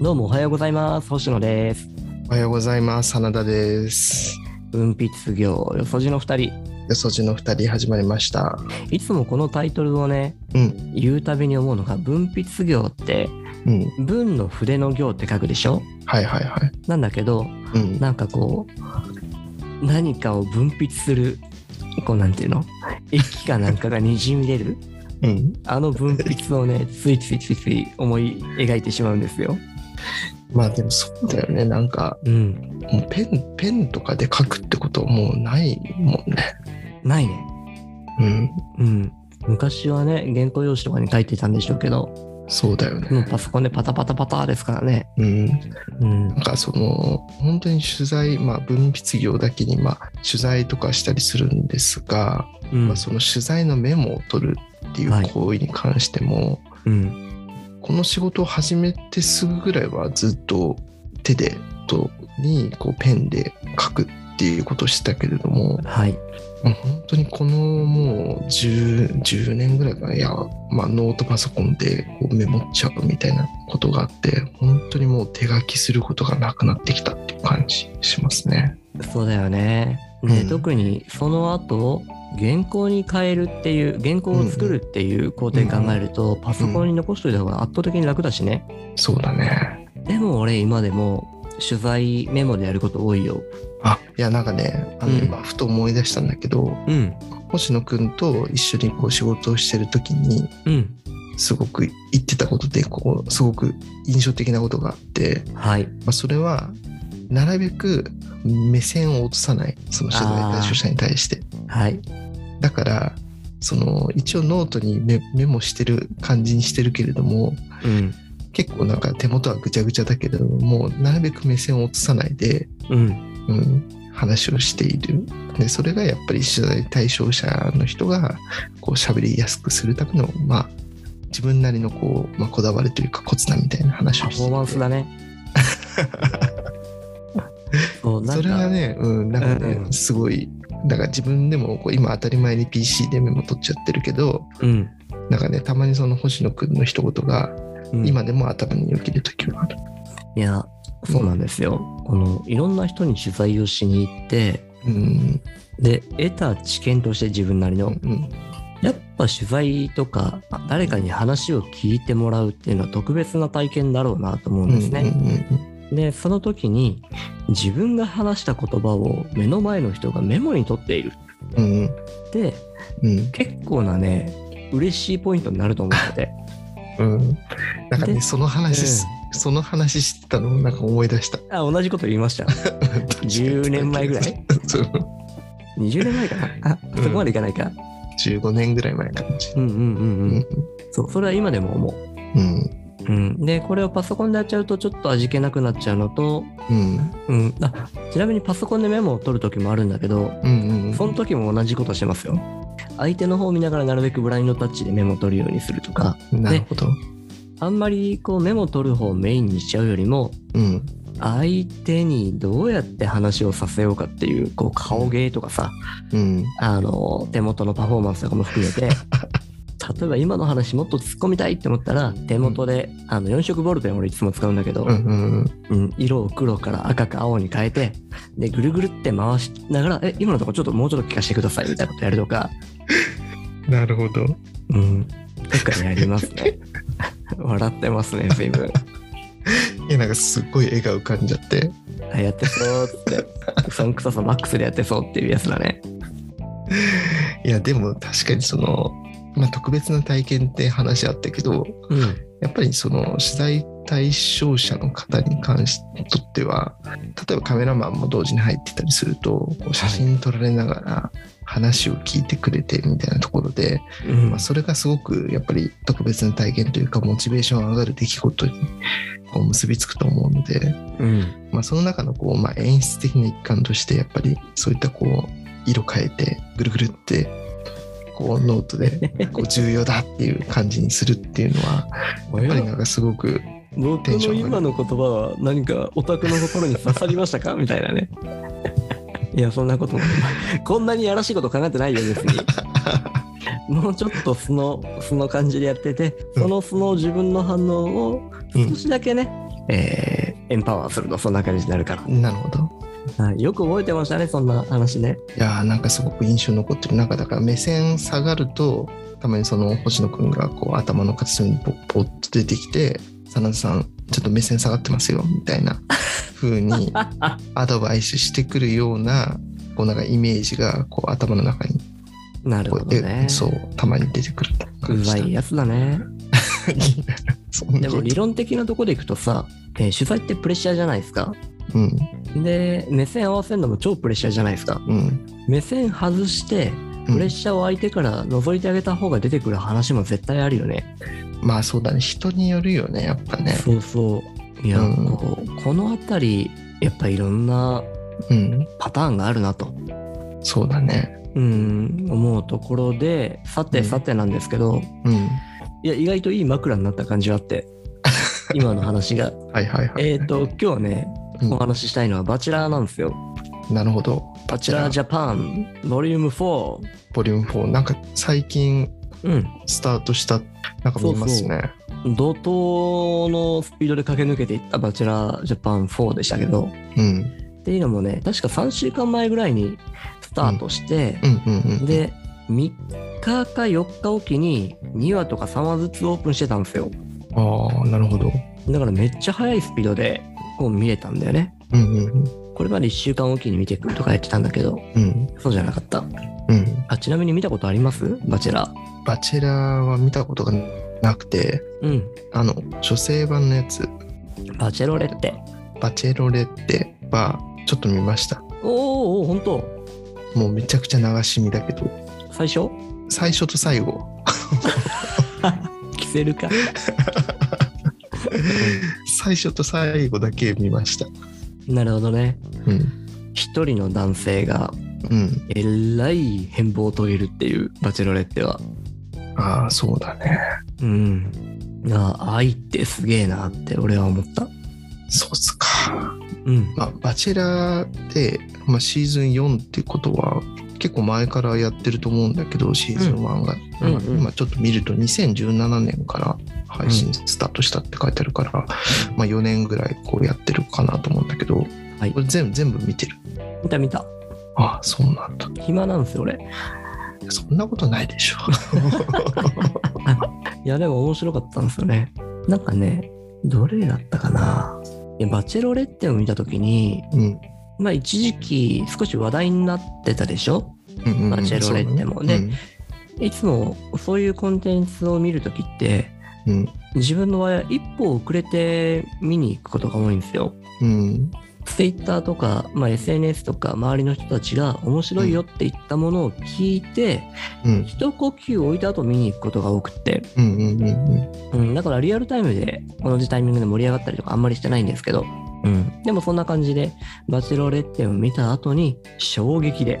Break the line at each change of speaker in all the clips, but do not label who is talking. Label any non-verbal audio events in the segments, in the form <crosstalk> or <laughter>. どうもおはようございます。星野です。
おはようございます。花田です。
文筆業よそじの2人。
よそじの二人始まりました。
いつもこのタイトルをね、
うん、
言うたびに思うのが、文筆業って、
うん、
文の筆の行って書くでしょ
はいはいはい。
なんだけど、
うん、
なんかこう、何かを分泌する、こうなんていうの液かなんかがにじみ出る、
うん。
あの分泌をね、ついついついつい思い描いてしまうんですよ。
まあでもそうだよね。なんか、
うん。
もうペン、ペンとかで書くってこともうないもんね。
ないね。
うん、
うん。昔はね、原稿用紙とかに書いてたんでしょうけど、
そうだよね。
もうパソコンでパタパタパタですからね。
うん、な
うん。
んかその、本当に取材、まあ文筆業だけに、まあ取材とかしたりするんですが、
うん
まあその取材のメモを取るっていう
はい
行為に関しても、
うん。
この仕事を始めてすぐぐらいはずっと手でとにこうペンで書くっていうことをしてたけれども
はい。
まあ本当にこのもう 10, 10年ぐらいかないや、まあ、ノートパソコンでこうメモっちゃうみたいなことがあって本当にもう手書きすることがなくなってきたっていう感じしますね。
そうだよね。で、
うん
特にその後、原稿に変えるっていう、原稿を作るっていう工程考えると、パソコンに残しといた方が圧倒的に楽だしね。
そうだね。
でも俺今でも取材メモでやること多いよ。
あいやなんかねあの、
うん
今ふと思い出したんだけど
うん。
星野くんと一緒にこう仕事をしてる時に
うん。
すごく言ってたことでこうすごく印象的なことがあって、
はい。
まあ、それはなるべく目線を落とさないその取材対象者に対して
はい。
だからその一応ノートにメメモしてる感じにしてるけれども
うん。
結構なんか手元はぐちゃぐちゃだけれどもなるべく目線を落とさないで、
うん。
うん、話をしているでそれがやっぱり取材対象者の人がこう喋りやすくするためのまあ自分なりのこう、まあ、こだわりというかコツなみたいな話
パ
をして
フォ
いて
ーマンスだ <laughs> ね。そう、なん
それが
か、
ね、うん、なんかね、
うんうん
すごいなんか自分でもこう今当たり前に PC でメモ取っちゃってるけど
うん。
なんかねたまにその星野くんの一言が
うん
今でも頭によぎる時がある。
いや、そうなんですよ。この、いろんな人に取材をしに行って、
うん
で、得た知見として自分なりの、
うん
やっぱ取材とかあ誰かに話を聞いてもらうっていうのは特別な体験だろうなと思う
うん
ですね。
ん
でその時に自分が話した言葉を目の前の人がメモに取っている
うんうんうん
って
うん
結構なね嬉しいポイントになると思って
<laughs>
て。
うんなんか
で
ねその話す
う
その話してたのをなんか思い出した。
んあ同じこと言い
<laughs>
ました。10年前ぐらい
そう
20年前かなあそこまでいかないか。
15年ぐらい前かもし
うんうんうん
れ
う
ない
ん。。そうそれは今でも思う。
うん。
うん、でこれをパソコンでやっちゃうとちょっと味気なくなっちゃうのと、
うん。
うん、あちなみにパソコンでメモを取る時もあるんだけど
うん。うん。
その時も同じことしてますよ。相手の方を見ながらなるべくブラインドタッチでメモを取るようにするとか、
なるほど。
あんまりこうメモを取る方をメインにしちゃうよりも、
うん。
相手にどうやって話をさせようかっていう、こう顔芸とかさ、
うん。
あの、手元のパフォーマンスとかも含
<laughs>
めて、例えば今の話もっと突っ込みたいって思ったら、手元で、あの、4色ボールペン俺いつも使うんだけど、
うん。うん。
うん、色を黒から赤か青に変えて、で、ぐるぐるって回しながら、え、今のとこちょっともうちょっと聞かせてくださいみたいなことやるとか、
なるほど。
うん。とかやりますね。 <laughs> 笑ってますね、随分。
いや、なんかすっごい絵が浮かんじゃって。
あ、やってそうって。そんくささマックスでやってそうっていうやつだね。
いや、でも確かにその、まあ特別な体験って話あったけど、
うん。
やっぱりその取材対象者の方に関してとっては、例えばカメラマンも同時に入ってたりすると、こう写真撮られながら話を聞いてくれてみたいなところで、
うん
まあ、それがすごくやっぱり特別な体験というかモチベーションが上がる出来事にこう結びつくと思うので、
うん。
まあ、その中のこう、まあ、演出的な一環としてやっぱりそういったこう色変えてぐるぐるってこうノートでこう重要だっていう感じにするっていうのはやっぱりなんかすごく
僕
テンショ
の
ン上が
今
る
の言葉は何かオタクの心に刺さりましたか <laughs> みたいなね。いや、そんなことも。 <laughs> こんなにやらしいこと考えてないよ、別に。もうちょっと素の、素の感じでやってて、その素の自分の反応を少しだけね、えーエンパワーするとそんな感じになるか
なるほど。
ら、はい、よく覚えてましたねそんな話ね <laughs>
いやーなんかすごく印象に残ってるなんかだから目線下がるとたまにその星野くんがこう頭の片隅にポッポッと出てきて「真田さんちょっと目線下がってますよ」みたい
<laughs>
な風にアドバイスしてくるようなこうなんかイメージがこう頭の中に
なる
こ
ほど
う、
ね
えそうたまに出てくる
うまいやつだね
<laughs> そん
で
な
も理論的なとこでいくとさ、えー取材ってプレッシャーじゃないですか
うん
で目線合わせるのも超プレッシャーじゃないですか
うん
目線外して
うん
プレッシャーを相手から覗いてあげた方が出てくる話も絶対あるよね、
まあそうだね人によるよねやっぱね
そうそういや、
うん
こうこの辺りやっぱいろんな
うん
パターンがあるなと、
そうだね
うん、思うところでさ
う
て
ん
さてなんですけど、
うん
いや意外といい枕になった感じはあって
<laughs>
今の話が
はいはいはい
えっ、と今日はね
うん
お話ししたいのはバチェラーなんですよ、
なるほど
バチェラージャパンボリューム4
ボリューム4なんか最近
う
スタートしたなんか見ますね
ん怒涛のスピードで駆け抜けていったバチェラージャパン4でしたけど
うん
っていうのもね確か3週間前ぐらいにスタートして、
うんうんうん
で3日か4日おきに2話とか3話ずつオープンしてたんですよ
ああなるほど
だからめっちゃ速いスピードでこう見れたんだよね
うんうん
これまで1週間おきに見ていくとかやってたんだけど
うん
そうじゃなかった
うん
あちなみに見たことありますバチェラー
バチェラーは見たことがなくて
うん
あの女性版のやつ
バチェロレッテ
バチェロレッテはちょっと見ました
おーおーほんと
もうめちゃくちゃ流し見だけど
最初
最初と最後
着せるか
最初と最後だけ見ました
<laughs> なるほどね
うん
一人の男性が
うん
えらい変貌を遂げるっていうバチェロレッテは
ああそうだね
うんあ愛ってすげえなって俺は思った
そうっすか
うん
まあ、バチェラーって、まあ、シーズン4ってことは結構前からやってると思うんだけどシーズン1が、
うん
まあ
うんうん
今ちょっと見ると2017年から配信スタートしたって書いてあるから、まあ、4年ぐらいこうやってるかなと思うんだけど、
はい
これ全部全部見てる
見た見た
ああそうなんだ
暇なんですよ俺
そんなことない
<laughs>
でしょ
いやでも面白かったんですよねなんかねどれだったかないやバチェロレッテを見た時に
うん
まあ一時期少し話題になってたでしょ
うんうんうん
バチェロレッテもねいつもそういうコンテンツを見る時って
そうだね
自分の場合は一歩遅れて見に行くことが多いんですよ
うんうん
ツイッターとか、まあ、SNS とか周りの人たちが面白いよって言ったものを聞いて、
うん
一呼吸置いた後見に行くことが多くって、
うんうんうんうん
うん、だからリアルタイムで同じタイミングで盛り上がったりとかあんまりしてないんですけど、うん、でもそんな感じでバチェロレッテを見た後に衝撃 <laughs> で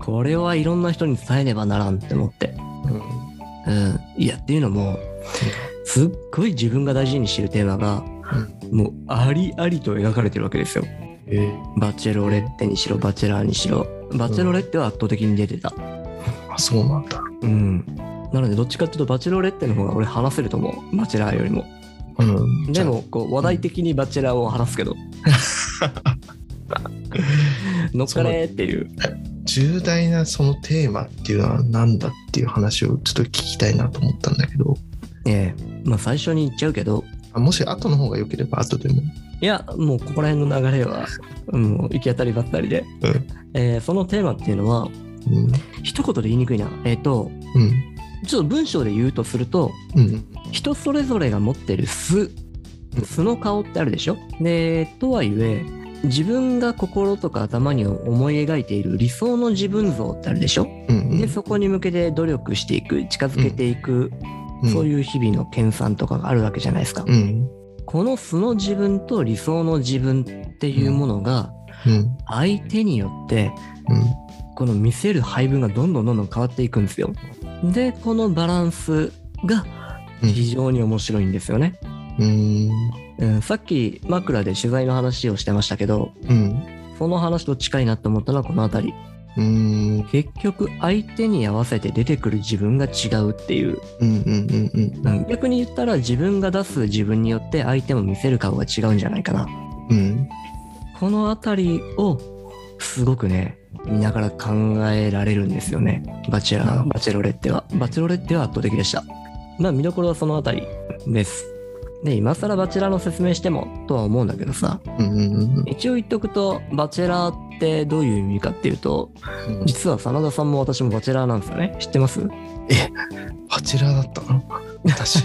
これはいろんな人に伝えねばならんって思って、
うん
うん、いやっていうのもすっごい自分が大事にしてるテーマがもうありありと描かれてるわけですよ
えー
バチェロレッテにしろバチェラーにしろバチェロレッテは圧倒的に出てた
あそうなんだ
うんなのでどっちかっていうとバチェロレッテの方が俺話せると思うバチェラーよりも
うん
でもこう話題的にバチェラーを話すけ <laughs> ど乗っかれーっていう
重大なそのテーマっていうのは何だっていう話をちょっと聞きたいなと思ったんだけど
ええまあ最初に言っちゃうけど
あもし後の方が良ければ後でも
いやもうここら辺の流れはもう行き当たりばったりで、
うん
えーそのテーマっていうのは
うん
一言で言いにくいなえっ、と
うん
ちょっと文章で言うとすると
うん
人それぞれが持ってる素素の顔ってあるでしょでとはいえ自分が心とか頭に思い描いている理想の自分像ってあるでしょ
うんうん
でそこに向けて努力していく近づけていく、
うん
そういう日々の研鑽とかがあるわけじゃないですか、
うん
この素の自分と理想の自分っていうものが
うん
相手によって
うん
この見せる配分がどんどんどんどん変わっていくんですよでこのバランスが非常に面白いんですよね、
うん
うん、さっき枕で取材の話をしてましたけど
うん
その話と近いなって思ったのはこの辺り
うーん
結局相手に合わせて出てくる自分が違うっていう
うんうんうんうん
なんか逆に言ったら自分が出す自分によって相手も見せる顔が違うんじゃないかな
うん
この辺りをすごくね見ながら考えられるんですよねバチェラーバチェロレッテはバチェロレッテは圧倒的でしたまあ見どころはその辺りですで今更バチェラーの説明してもとは思うんだけどさ
うんうんうんうん
一応言っとくとバチェラーってどういう意味かっていうと
うん
実は真田さんも私もバチェラーなんですよね知ってます
バチェラーだったの私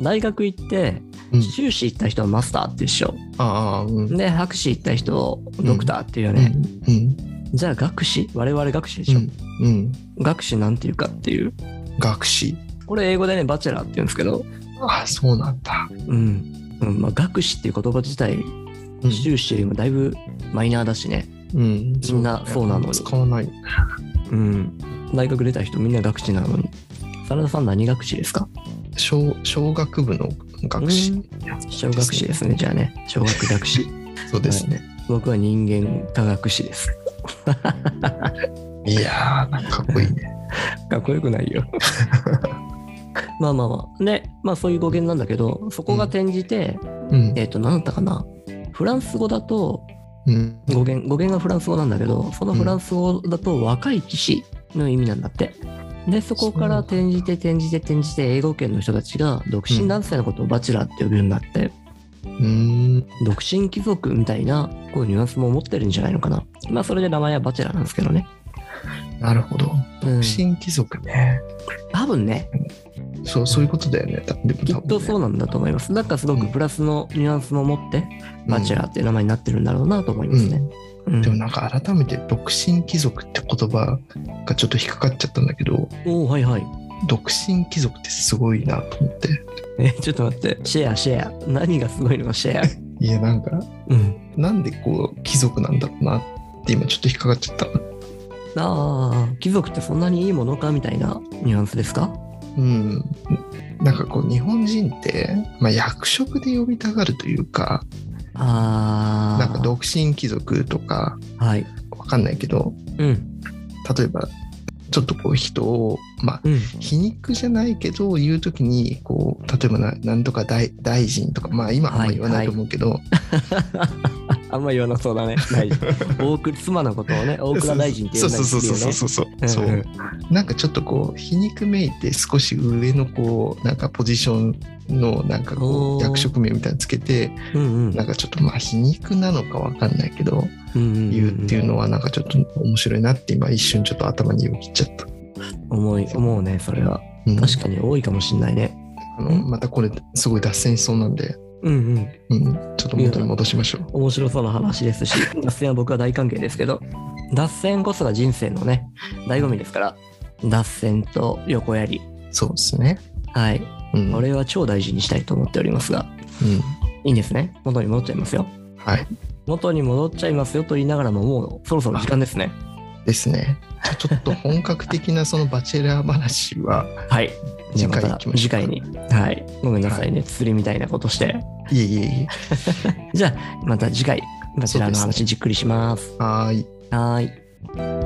大学行って
うん
修士行った人はマスターっていうっしょ
ああうん
で博士行った人をドクターっていうよね、
うん
じゃあ学士我々学士で
う
しょ、
んうん
学士なんていうかっていう
学士
これ英語でねバチェラーって言うんですけど
ああそうなんだ
うん、うんまあ、学士っていう言葉自体
うん
修士よりもだいぶマイナーだしね
うん
みんなそうなのに
使わない
うん大学出た人みんな学士なのに真田さん何学士ですか
小小学部の学士
うん小学士ですねじゃあね小学学 <laughs> 士
そうですね
僕は人間科学士です
いやーなんかかっこいいね
かっこよくないよ <laughs> まあまあまあでまあそういう語源なんだけどそこが転じて、
うん
えっ、と何だったかなフランス語だと
うん
語源語源がフランス語なんだけどそのフランス語だと若い騎士の意味なんだって。でそこから転じて転じて転じて英語圏の人たちが独身男性のことをバチェラーって呼ぶようになって、
うん
独身貴族みたいなこうニュアンスも持ってるんじゃないのかなまあそれで名前はバチェラーなんですけどね、
なるほど
うん、
不審貴族ね
多分ね
そうそういうことだよねたでも
き
多
っと
分ね
そうなんだと思いますだからすごくプラスのニュアンスも持って
うん
バチェラーっていう名前になってるんだろうなと思いますね、うん
でもなんか改めて独身貴族って言葉がちょっと引っかかっちゃったんだけど
おおはいはい
独身貴族ってすごいなと思って
えちょっと待ってシェアシェア何がすごいのかシェア
いやなんか
うん
なんでこう貴族なんだろうなって今ちょっと引っかかっちゃった
ああ貴族ってそんなにいいものかみたいなニュアンスですか
うんなんかこう日本人って、まあ、役職で呼びたがるというか
ああ
なんか独身貴族とか
はい
わかんないけど
うん
例えばちょっとこう人をまあ
うん
皮肉じゃないけど言う時にこう例えばななんとか大大臣とかまあ今はあんま言わないと思うけど、
あんま言わなそうだね
<laughs>
大臣大倉妻のことをね大倉大臣って
そ
呼
うん
だ
そう
りす
そう
るよ
そ
ね
うそうそ
うん
う、そううんなんかちょっとこう皮肉めいて少し上のこうなんかポジションのなんかこ
お
う
ー
役職名みたいなのつけて
うんうん
なんかちょっとまあ皮肉なのかわかんないけど
うん
言うっていう
の
のはなんかちょっと面白いなって今一瞬ちょっと頭によぎっちゃった、
思い思うねそれは
うん、
確かに多いかもしんないね
あのまたこれすごい脱線しそうなんで、
うんうん
うん、ちょっと元に戻しましょう
面白そうな話ですし <laughs> 脱線は僕は大歓迎ですけど脱線こそが人生のね醍醐味ですから脱線と横やり
そうですね
はい
うん
これは超大事にしたいと思っておりますが
うん
いいんですね。元に戻っちゃいますよ。
はい
元に戻っちゃいますよと言いながらも、もうそろそろ時間ですね。
ですねじゃあちょっと本格的なそのバチェラー話は
はい。じゃあま
次回
た
行きましょう
次回に。はい。ごめんなさいね。釣りみたいなことして。
<laughs> いえいえいえ
じゃあ、また次回、バチェラーの
そうです
話じっくりします。
はーい
はーい。